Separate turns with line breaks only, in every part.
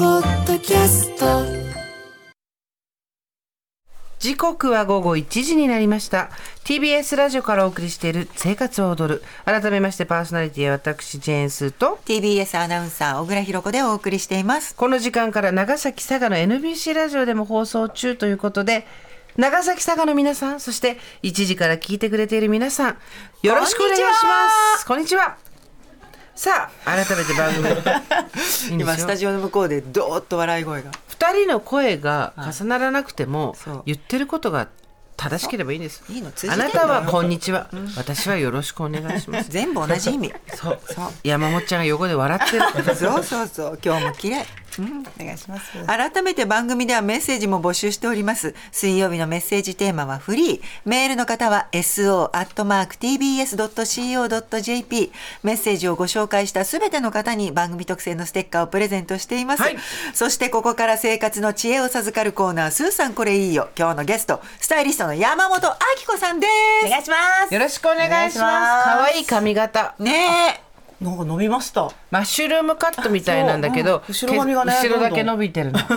キャスト
時刻は午後1時になりました TBS ラジオからお送りしている「生活は踊る」改めましてパーソナリティは私ジェーンスーと
TBS アナウンサー小倉弘子でお送りしています
この時間から長崎佐賀の NBC ラジオでも放送中ということで長崎佐賀の皆さんそして1時から聞いてくれている皆さんよろしくお願いしますこんにちはさあ改めて番組いいんで
今
す
ス
よ
タジオの向こうでドーッと笑い声が
二人の声が重ならなくても、
そう
言ってることが正しければいいんです
いいの通じ
あ
てんの
なたはこんにちは、私はよろしくお願いし ます
全部同じ意味
そう
そう
山本ちゃんが横で笑ってる
そうそうそう今日も綺麗うん
お願いします。
改めて番組ではメッセージも募集しております水曜日のメッセージテーマはフリーメールの方は so.tbs.co.jp メッセージをご紹介したすべての方に番組特製のステッカーをプレゼントしています、
はい
そしてここから生活の知恵を授かるコーナー「スーさんこれいいよ」今日のゲストスタイリストの山本明子さんで
お願いします。
よろしくお願いします
お願いします
可愛い髪型
すねえ
なんか伸びました。
マッシュルームカットみたいなんだけど、
そううん後ろ髪がね
け後ろだ
ど
け
んどん
伸びてるの可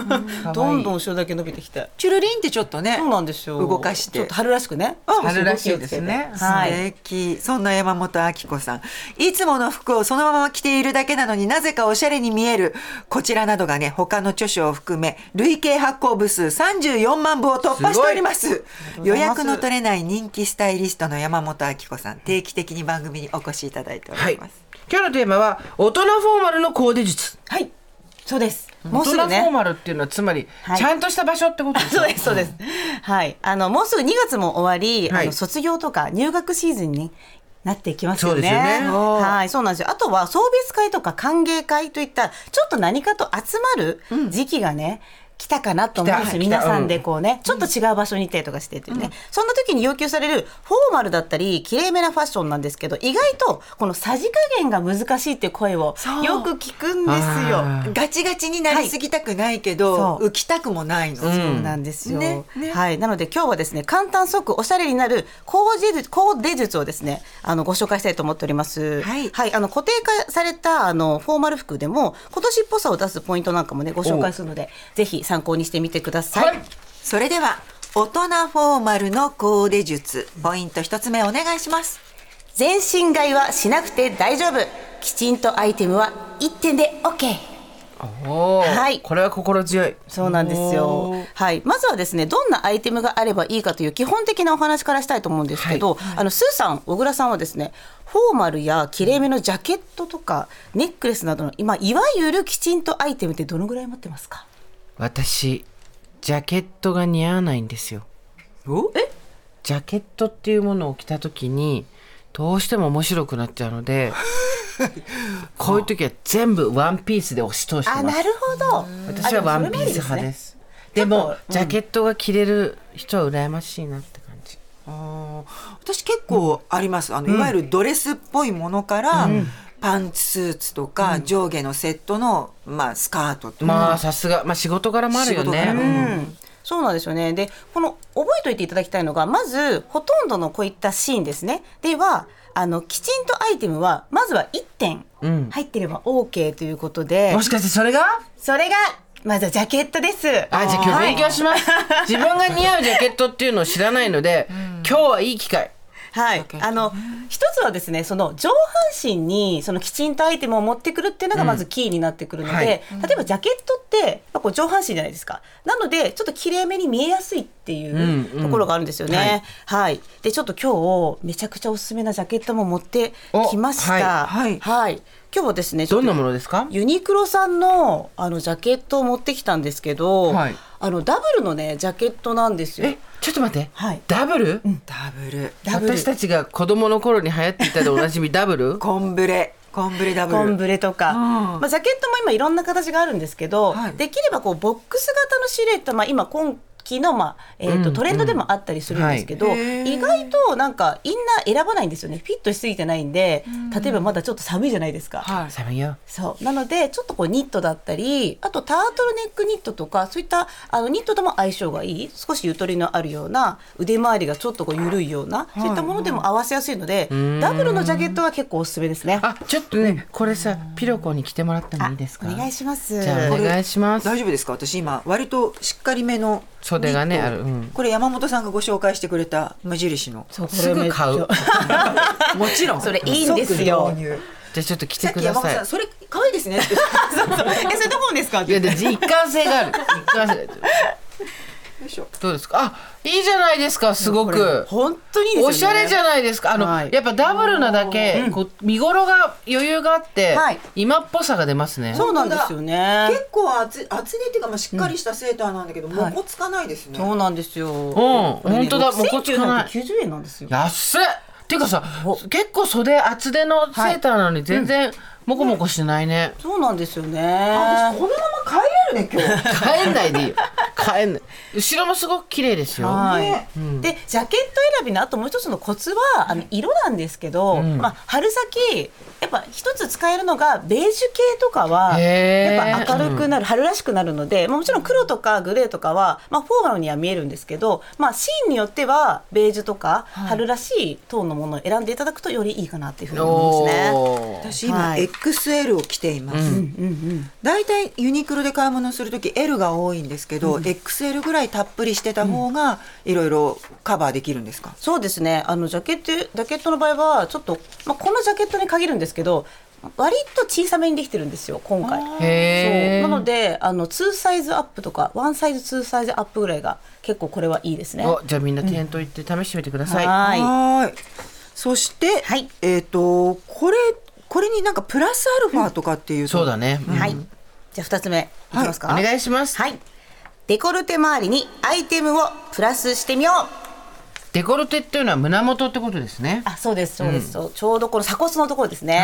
ど
愛
んどん後ろだけ伸びてきて。
チュルリンってちょっとね
そうなんですよ。
動かして
ちょっと春らしくね。
春らしいですね
は
素
い。
敵そんな山本明子さんいつもの服をそのまま着ているだけなのになぜかおしゃれに見えるこちらなどがね他の著書を含め累計発行部数34万部を突破しております
ごい
予約の取れない人気スタイリストの山本明子さん定期的に番組にお越しいただいてお
はい
ります、
今日のテーマは大人フォーマルのコーデ術
はい。そうです。も
大
うす
人フ
ぐ
ォー
ね。
マルっていうのはつまり、
はい
ちゃんとした場所ってことです
そ
よ
うですそうです。はい。あのもうすぐ2月も終わり、
はい
あの卒業とか入学シーズンに。なってきますよね。
そうですよね
はい、そうなんですよ。あとは送別会とか歓迎会といった、ちょっと何かと集まる時期がね。来たかなと思うんですよ
来た来た
皆さんでこうね、ちょっと違う場所に行ったりとかしてというね、そんな時に要求されるフォーマルだったりきれいめなファッションなんですけど意外とこのさじ加減が難しいっていう声を
そう
よく聞くんですよ。
あー
ガチガチになりすぎたくないけど、
はいそう
浮きたくもないの、
そうなんですよ、
ねね
はい、なので今日はですね簡単即おしゃれになるコーデ術コーデ術をですねあのご紹介したいと思っております
はい
あの固定化されたあのフォーマル服でも今年っぽさを出すポイントなんかもねご紹介するのでぜひ参考にしてみてください、
はい
それでは大人フォーマルのコーデ術ポイント一つ目お願いします
全身買いはしなくて大丈夫きちんとアイテムは1点で OK
おー
はい
これは心強い
そうなんですよ。はい、まずはですね、どんなアイテムがあればいいかという基本的なお話からしたいと思うんですけど、あのスーさん、小倉さんはですね。フォーマルやきれいめのジャケットとか、ネックレスなどの、今いわゆるきちんとアイテムってどのぐらい持ってますか。
私ジャケットが似合わないんですよ
え、
ジャケットっていうものを着た時にどうしても面白くなっちゃうの でこういう時は全部ワンピースで押し通してます
あ、なるほど。。
私はワンピース派ですすでも
ちょっとうん
ジャケットが着れる人は羨ましいなって感じ
あー私結構ありますあの、いわゆるドレスっぽいものから、パンツスーツとか、上下のセットの、まあ、スカートとか、
まあさすがまあ仕事柄もあるよ
仕事柄も
う
ね
んそうなんですよねでこの覚えておいていただきたいのがまずほとんどのこういったシーンですねではあのきちんとアイテムはまずは1点
うん
入ってれば OK ということで、
もしかしてそれが
それがまずはジャケットです
あじゃあ今日勉強します自分が似合うジャケットっていうのを知らないので今日はいい機会
はい、あの一つはですねその上半身にそのきちんとアイテムを持ってくるっていうのがまずキーになってくるので、
はい
例えばジャケットってやっぱこう上半身じゃないですかなのでちょっときれいめに見えやすいってい
うんう
うんところがあるんですよね、
は
はいい、でちょっと今日めちゃくちゃおすすめなジャケットも持ってきまし
お
た
はい
はい、今日はですねちょっ
ど
と
んなものですか
ユニクロさんのあのジャケットを持ってきたんですけど、
はい
あのダブルのねジャケットなんですよ
え。ちょっと待って、
はい
ダブル、
ダブル
ダブル
私たちが子供の頃に流行っていたでおなじみダブル
コンブレコンブレダブル
コンブレとか、
うん
まあ、ジャケットも今いろんな形があるんですけど、
はい
できればこうボックス型のシルエット、まあ、今今期の、まあえーと
うん
トレンドでもあったりするんですけど、
はいへー
意外となんかインナー選ばないんですよねフィットしすぎてないんで例えばまだちょっと寒いじゃないですか。
はい
寒いよ。
そうなのでちょっとこうニットだったりあとタートルネックニットとかそういったあのニットとも相性がいい少しゆとりのあるような腕周りがちょっとこう緩いような、そういったものでも合わせやすいので、ダブルのジャケットは結構おすすめですね。
あ、ちょっとね、これさ、ピロコに着てもらってもいいですか。
お願いします。
じゃあお願いします。
大丈夫ですか私今割としっかりめの
袖がね
ニット
あるうん
これ山本さんがご紹介してくれた無印の
そうこれ
すぐ買
め
う
っち。
もちろん
それいいんですよ
即導入
じゃあちょっと着
さ
て
っき
くだ
山本
さ
さん
い。
それ可愛いですねって
ゃそうそう えそれどこですかっ
いや
て
で一貫性がある。一貫性がある。
よいしょ
どうですか。あ、いいじゃないですか。すご
これ
く。
本当にいいですよね
おしゃれじゃないですか。あの、
はい
やっぱダブルなだけ、こう見頃が余裕があって、
はい
今っぽさが出ますね。
そうなんですよね
結構厚い厚いっていうかまあしっかりしたセーターなんだけども
はい
こつかないですね
そうなんですようん
本当だもうこっち来ない
9 0円なんですよ
安っ。っていうかさ、結構袖厚手のセーターなのに全然モコモコしないね。
そうなんですよね
私このまま帰れるね今日
帰んない でいいよ。帰んない。後ろもすごく綺麗ですよ。
はい、
ね
でジャケット選びのあともう一つのコツはあの色なんですけど、まあ、春先やっぱ一つ使えるのがベージュ系とかは
へー
やっぱ明るくなる、春らしくなるので、まあ、もちろん黒とかグレーとかは、まあ、フォーマルには見えるんですけど、まあ、シーンによってはベージュとか春らしいトーンのものを選んでいただくとよりいいかなっていうふうに思いますね。
おー
私今
はい
XL を着ています
うんうん
大体ユニクロで買い物する時 L が多いんですけど XL ぐらいたっぷりしてた方がいろいろカバーできるんですか
そうですねあのジャケットジャケットの場合はちょっと、まあ、このジャケットに限るんですけど割と小さめにできてるんですよ今回。
へー
そうなのであの2サイズアップとか1サイズ2サイズアップぐらいが結構これはいいですね。
おじゃあみんな店頭行って試してみてください。
はーい
はーい。そして、
はい
えっ、と、これ、これになんかプラスアルファとかっていう、
そうだ。ね。
はい、じゃあ2つ目いきます
お
か、はい、
願いします。
デコルテ周りにアイテムをプラスしてみよう
デコルテっていうのは胸元ってことですね。
あそうですそうです、そうちょうどこの鎖骨のところですね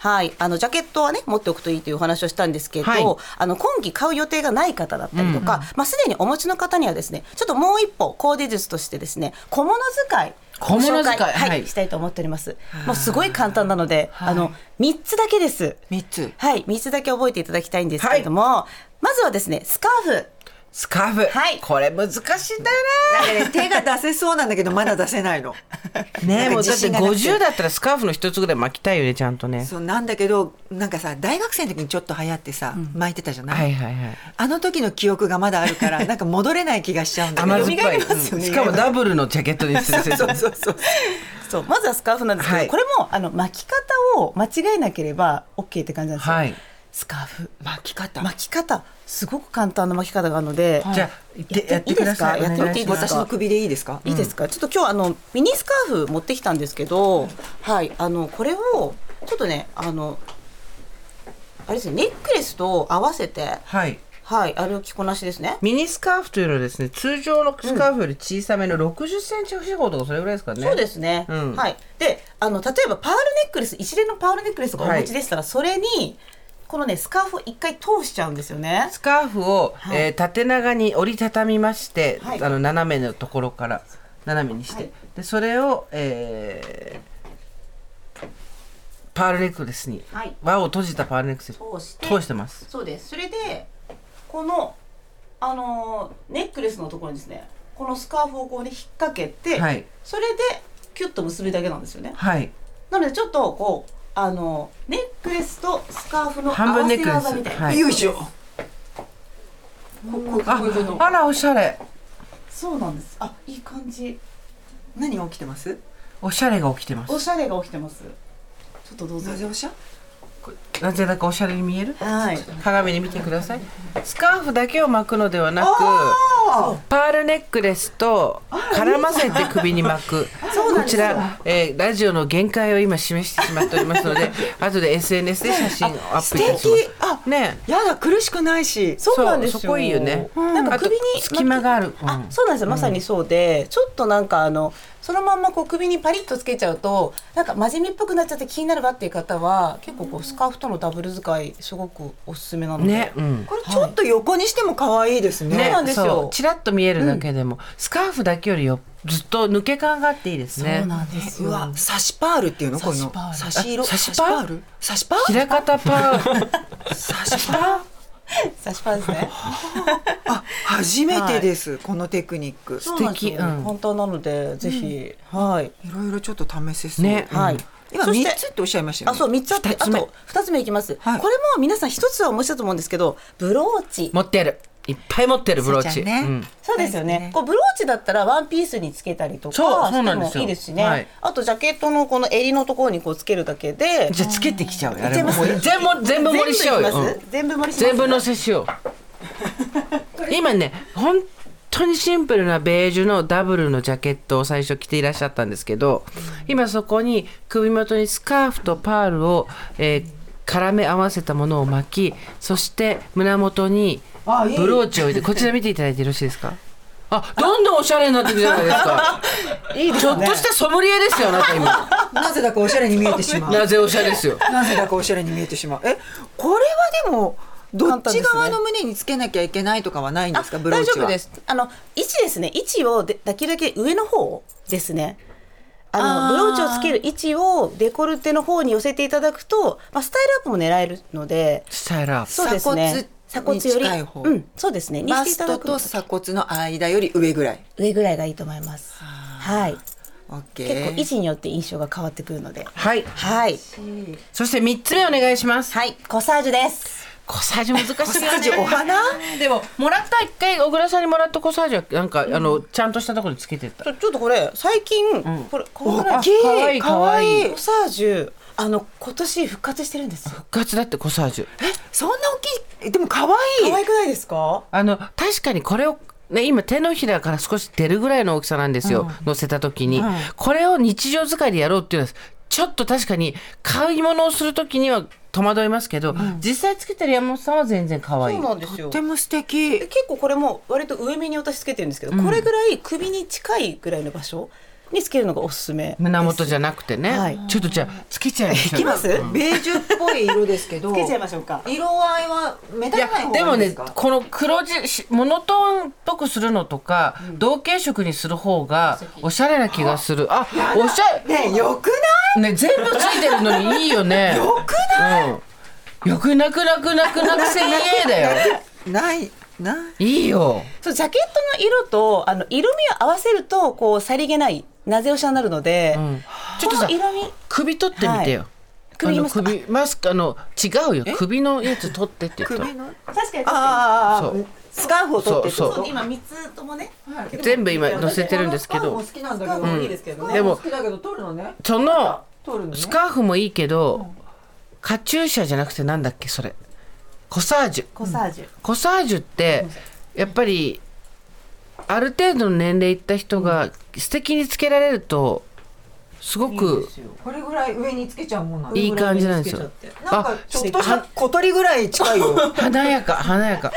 は
はいい、あのジャケットはね持っておくといいというお話をしたんですけど、
はい
あの今季買う予定がない方だったりとか、まあすでにお持ちの方にはですねちょっともう一歩コーデ術としてですね小物使い
小物使い
ご紹介はい
はい
したいと思っております。もうすごい簡単なので、あの三つだけです。
三つ。
はい、三つだけ覚えていただきたいんですけれども、まずはですね、スカーフ。
スカーフ。
はい
これ難しいんだよ
なんかね、手が出せそうなんだけど、まだ出せない の。
ね。ね
なん
も
か
うだ
自
って
信がなく
50だったらスカーフの一つぐらい巻きたいよね、ちゃんとね。
そう、なんだけど、なんかさ、大学生の時にちょっと流行ってさ、巻いてたじゃない。
はいはいはい。
あの時の記憶がまだある から、なんか戻れない気がしちゃうんだけど。
甘酸っぱい。
蘇りますよね
うんしかもダブルのジャケットです。
そうそうそう。
そう、まずはスカーフなんですけど、
はい
これもあの巻き方を間違えなければ OK って感じなんですよ。
はい
スカーフ
巻き方。
巻き方すごく簡単な巻き方があるので、
じゃあ、でや
や
っ
って
てください。
いいで
お願
すか
します
やってみていいです
私
か
の首でいいですか。
いいですか、ちょっと今日あのミニスカーフ持ってきたんですけど、はいあのこれをちょっとねあのあれですねネックレスと合わせて
はい。
はいあれを着こなしですね。
ミニスカーフというのはですね、通常のスカーフより小さめの60センチ四方とかそれぐらいですかね。
そうですね、
うん
はいであの例えばパールネックレス一連のパールネックレスとかお持ちでしたら、それにこのねスカーフを一回通しちゃうんですよね
スカーフを、
はい
えー縦長に折りたたみまして、
はい
あの斜めのところから斜めにして、
はい
でそれを、えーパールネックレスに、
はい
輪を閉じたパールネックレスに
通して
通してます。
そうですそれでこのあのーネックレスのところにですねこのスカーフをこうね引っ掛けて、
はい
それでキュッと結ぶだけなんですよね
はい。
なのでちょっとこうあのーネックレスとスカーフの合
半分
わ
ネ
せ
ックレス
技みたいな、
はい
よいしょ。
ここ
あ
こういうの、
あらおしゃれ。
そうなんですあいい感じ
何が起きてます。
おしゃれが起きてま
お
す。
しゃれが起きてますちょっとどうぞ
なぜおしゃ。
なぜだかおしゃれに見える？
はい
鏡で見てください。スカーフだけを巻くのではなく、
あ
パールネックレスと絡ませて首に巻く。
そうな
こ
んで
ち
すよ
ら、えーラジオの限界を今示してしまっておりますの で、後で SNS で写真をアップいたし
敵。あ、
ます。ね
やだ、苦しくないし。
そうなんですよ
そこいいよね
なん
あ
か
と
首に
隙間がある
あ
うん
そうなんですよまさにそうで、ちょっとなんかあのそのまんまこう首にパリッとつけちゃうとなんか真面目っぽくなっちゃって気になるわっていう方は結構こうスカーフとのダブル使いすごくおすすめなので、
ね、うん。
これちょっと横にしても可愛いですね。
そうなんですよ
そうちらっと見えるだけでも、スカーフだけよりよずっと抜け感があっていいですね。
そうなんですよ
うわ、サシパールっていうのこういうの。
サ
サシ色。
あサシパール
ルサシパール
平方パ ー
サシパール
差しパンです ね
あ、初めてです、このテクニック。
素敵、
そうなんですよ
簡単なのでぜひ、はい
いろいろちょっと試せそう。
ね
はい
今
そし
三
て
つっておっしゃいましたよ
あ
ね。
そう3つあって
二
あ
つ目
と2つ目いきます、
はい
これも皆さん1つはお持ちだと思うんですけどブローチ
持ってる。いっぱい持ってるブロー
そう
チ。
じゃんね
うん
そうですよね。
ですね
こうブローチだったらワンピースにつけたりとか
そうそう
して
なんで
も
すよ
いいですしね。
はい
あとジャケットのこの襟のところにこうつけるだけで。
じゃあつけてきちゃうよ。あれ
いっちゃいます
もう
全部全部盛りしようよ。
全部いきます
うん
全部盛りします。
全部のせしよう。今ね本当にシンプルなベージュのダブルのジャケットを最初着ていらっしゃったんですけど、今そこに首元にスカーフとパールを、えー絡め合わせたものを巻き、そして胸元に
あいい
ブローチを置いて、こちら見ていただいてよろしいですか。あ、どんどんおしゃれになってくるじゃないです か。
いいですね
ちょっとしたソムリエですよ、あな た今。
なぜだかおしゃれに見えて しまう。
なぜおしゃれですよ。
なぜだかおしゃれに見えてしまう。え、これはでもどっち側の胸につけなきゃいけないとかはないんですか？
あ
ブローチは。
大丈夫です。あの位置ですね。位置をでできるだけ上の方ですね。あ
あー
のブローチをつける位置をデコルテの方に寄せていただくと、まあスタイルアップも狙えるので、
スタイルアップ。
そうですね。
鎖骨に近い方
うん、そうですね。にし
バ
てい
ス
ただ
ト
くと
と鎖骨の間より上ぐらい。
上ぐらいがいいと思います。はい。
オッケ
結
ー。
構位置によって印象が変わってくるので。
はい。
はい。
そして三つ目お願いします。
はい、コサージュです。
コサージュ難しいよね。
コサージュお花
でももらった一回小倉さんにもらったコサージュはなんか、あのちゃんとしたところにつけてった。
ちょちょっとこれ最近、これ可愛
あ
くない
可愛い可愛い
コサージュあの今年復活してるんですよ。
復活だってコサージュ。
そんな大きい。でも可愛い。
可愛くないですか？
あの確かにこれをね、今手のひらから少し出るぐらいの大きさなんですよ、乗せた時に、これを日常使いでやろうっていうのはちょっと確かに買い物をする時には戸惑いますけど、実際つけてる山本さんは全然可愛い
そうなんですよ
と。ても素敵
で。結構これも割と上目に私つけてるんですけど、これぐらい首に近いぐらいの場所につけるのがおすすめ。
胸元じゃなくてね、
はい
ちょっとじゃあつけちゃいましょう
いきます？
ベージュっぽい色ですけど。
つけちゃいましょうか。
色合いは目立
い
た
や
ない方
で
が
も
いいです
ね
か？
この黒字しモノトーンっぽくするのとか、同系色にする方がおしゃれな気がするあおしゃ
ねえよく
れね全部ついてるのにいいよね よくない、うん、よくなくなくなくなくせにえだよ
ない？ないない。
いいよ
そうジャケットの色とあの色味を合わせるとこうさりげないなぜおしゃになるので、
ちょっと
こ
さ
の色味
首取ってみてよ、
はい首
あ
いき
の
ますか
首マスクあの違うよ首のやつ取ってって言った
首の
確かに確か
あーあーあ
そ
ー
う
スカーフを取って
そうそ
に
う
そう今三つともね、
全部今載せてるんですけど
スカーフも好きなんだけど、
うんいいですけどね
でも
スカーフ好きだけど取るのね
その
取るのね
スカーフもいいけど、カチューシャじゃなくてなんだっけそれコサージュ
コサージュ、
コサージュってやっぱりある程度の年齢いった人が素敵につけられるとすごく
これぐらい上につけちゃうもんなんだ
いい感じなんですよ。
なんか
あ
ちょっとした小鳥ぐらい近いよ
華やか華やか。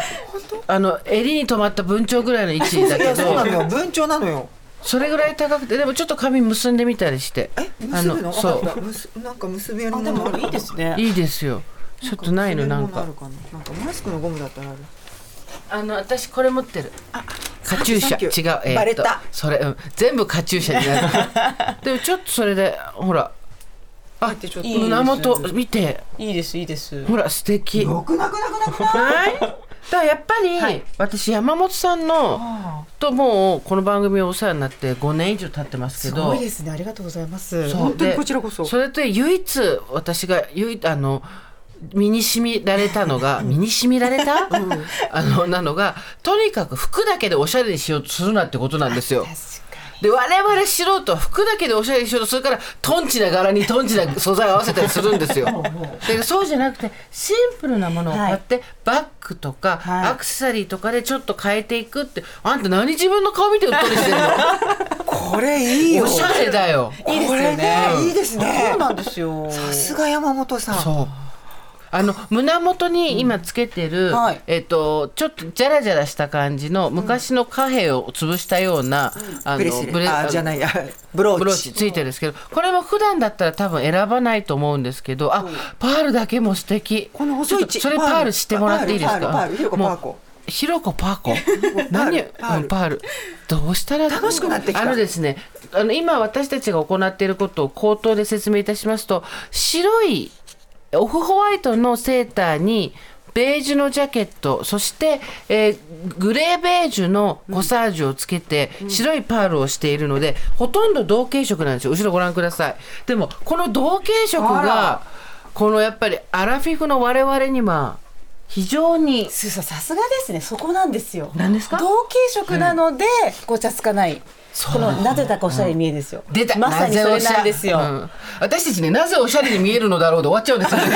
あの襟に止まった文鳥ぐらいの位置だ
い
け
やそうなの
ど、
よ文鳥なのよ
それぐらい高くてでもちょっと髪結んでみたりして、あ
結ぶの
のそ
あむすなんか結びやり
あ
の
で
もの
もいいですね
ういいですよ。ちょっとないのなんか
結びやりのものあるかななんかマスクのゴムだったらある
あの私これ持ってる。カチューシ
サンキュー
ャ違う
バレた
それ、うん、全部カチューシャにな る。でもちょっとそれでほら。あ
ってちょっと
胸元見て
いいですいいです
ほら素敵
よくなくなくなくな
はいだからやっぱり、私山本さんのともうこの番組をお世話になって5年以上経ってますけど
すねありがとうございます
そう
本当に
で
こちらこそ
それと唯一私が唯一あの身にしみられたのが身にしみられた、あのなのがとにかく服だけでおしゃれにしようとするなってことなんですよ。で我々素人は服だけでおしゃれにしようとするからトンチな柄にトンチな素材を合わせたりするんですよ。でそうじゃなくてシンプルなものを買って、バッグとか、
はい
アクセサリーとかでちょっと変えていくってあんた何自分の顔見てうっとりしてる
これいいよ
のおしゃれだよ。
いいです
こ
よ
れ
ね
ねいいですね
そうなんですよ
さすが山本さん
そうあの胸元に今つけてる、
んはい
えっとちょっとジャラジャラした感じの昔の貨幣を潰したような、あ
ブレスレ
ブレ
あじゃないやブローチ
ブローチついてるんですけどこれも普段だったら多分選ばないと思うんですけどあパールだけも素敵
この細い
ちょっとそれパールしてもらっていいですか
パールパールパールひろこパーコ
もうひろこパーコ何
パール
うんパールどうしたら
楽しくなってきた
あのですねあの今私たちが行っていることを口頭で説明いたしますと白いオフホワイトのセーターにベージュのジャケットそして、えーグレーベージュのコサージュをつけて、白いパールをしているのでほとんど同系色なんですよ後ろご覧くださいでもこの同系色
あら
がこのやっぱりアラフィフの我々には非常に
スーさんさすがですねそこなんですよ
何ですか
同系色なので、ごちゃつかない
そう
このなぜだかおしゃれに見えですよ、
出た
まさにそれなんですよ、
なぜおしゃうん私たちねなぜおしゃれに見えるのだろうで終わっちゃうんですよね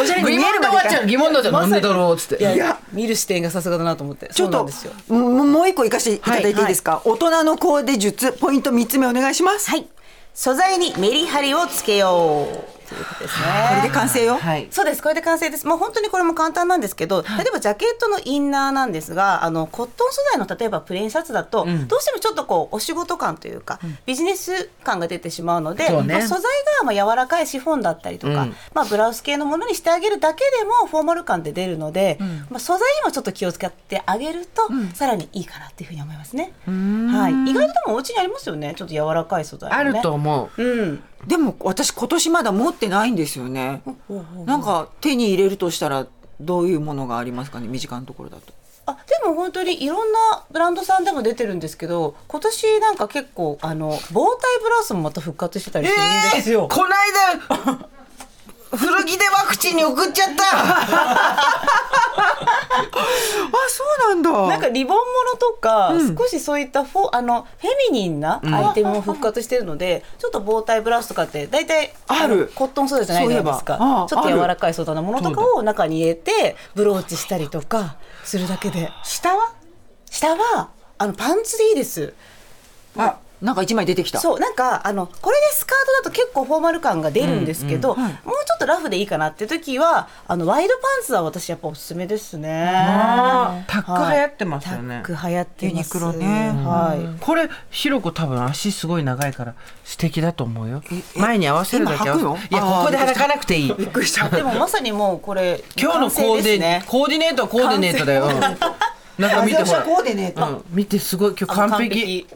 おしゃれに見えるま
疑問で
で
終わっちゃう疑問だじゃ
ま
な
さ
ん
に
でだろうっつっ
い
て
やい
いや
や見る視点がさすがだなと思って
ちょっ
そうな
と
んですよ
ももう一個行かせていただいていいですか、大人のコーデ術ポイント三つ目お願いします、
はい素材にメリハリをつけようということですね
これで完成よ、
はい
そうですこれで完成です、まあ、本当にこれも簡単なんですけど、例えばジャケットのインナーなんですがあのコットン素材の例えばプレーンシャツだと、どうしてもちょっとこうお仕事感というか、ビジネス感が出てしまうので
そうね
まあ素材がまあ柔らかいシフォンだったりとか、
うん
まあ、ブラウス系のものにしてあげるだけでもフォーマル感って出るので、まあ、素材にもちょっと気を使ってあげると、さらにいいかなっていうふうに思いますね。はい、意外とでもお家にありますよねちょっと柔らかい素材、ね、
あると思う
うん
でも私今年まだ持ってないんですよねなんか手に入れるとしたらどういうものがありますかね身近なところだと
あでも本当にいろんなブランドさんでも出てるんですけど今年なんか結構あの防体ブラウスもまた復活してたりするんですよ。
こ ないだ古着でワクチンに送っちゃ った
あそうなんだ
なんかリボンものとか、少しそういったフォあのフェミニンなアイテムも復活してるので、ちょっと防体ブラウスとかって大体
ある
のコットン素材じゃないじゃないで
そ
す
ういえばあ
か
あ
ちょっと柔らかい素材のものとかを中に入れてブローチしたりとかするだけで下は下はあのパンツでいいです。
あなんか一枚出てきた
そうなんかあのこれでスカートだと結構フォーマル感が出るんですけど、
うんうんはい
もうちょっとラフでいいかなって時はあのワイドパンツは私やっぱおすすめですね。
あータック
はい
流行ってますよね
タック流行ってます。
ユニクロね
はい。
これひろこ多分足すごい長いから素敵だと思うよ
え
前に合わせるだけ合わせ
今履くの
いや
あー
ここで履かなくていい
びっくり した
でもまさにもうこれ
今日のコー
完成
デ、
ですね。
コーディネートはコーディネートだようんなんか見てほら
私はコーディネート
うん見てすごい今日完璧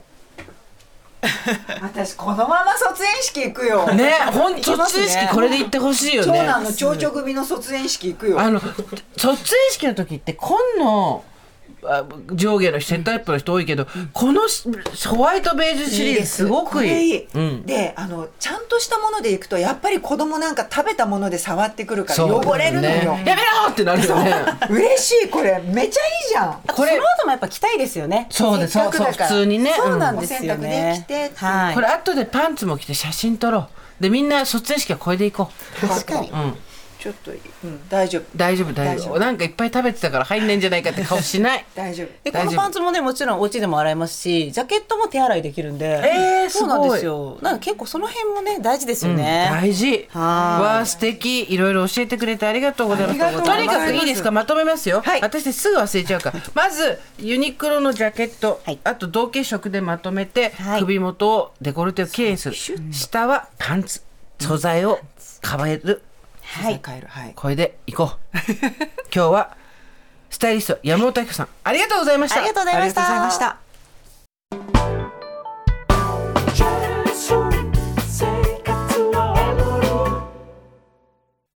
私このまま卒園式行くよ
ね本
い
当
けます
卒
ね
園式これで行ってほしいよね
長男の長女組の卒園式行くよ
あの 卒園式の時って紺のあ上下のセットアップの人多いけど、このしホワイトベージュシリーズすご
こ
くいい
れいい、
うん、
であのちゃんとしたもので行くとやっぱり子供なんか食べたもので触ってくるから
そう
汚れるの
ね
よ、
やめろってなるよね
嬉しいこれめちゃいいじゃん
あと
これ
その後もやっぱ着たいですよね。
そうです
せっかく
そ
だから
うそう普通にね
そうなんですよ
うんお洗濯で
ね
着。てって
はい。
これ後でパンツも着て写真撮ろうでみんな卒園式はこれで行こ
確かに
う、うん、
ちょっと、うん、大丈夫
大丈夫大丈夫
大丈夫
なんかいっぱい食べてたから入んないんじゃないかって顔しない
大丈夫
でこ
大丈
の
夫
パンツもねもちろんお家でも洗えますしジャケットも手洗いできるんで、
えー
そうなん
すごい
ですよなんか結構その辺もね大事です
う
よ
ん
ね、
大事
はーい
わあ素敵いろいろ教えてくれてありがとうございます
ありがとうご
と
ざい
に
ます
かくいいですかまとめますよ、
はい
私たちすぐ忘れちゃうからまずユニクロのジャケット、
はい
あと同系色でまとめて、
はい
首元をデコルテをきれいにする下はパンツ素材を変える
はい帰るはい
これでいこう 今日はスタイリスト山本明子さんありがとうございました
ありがとうございました
ありがとうございました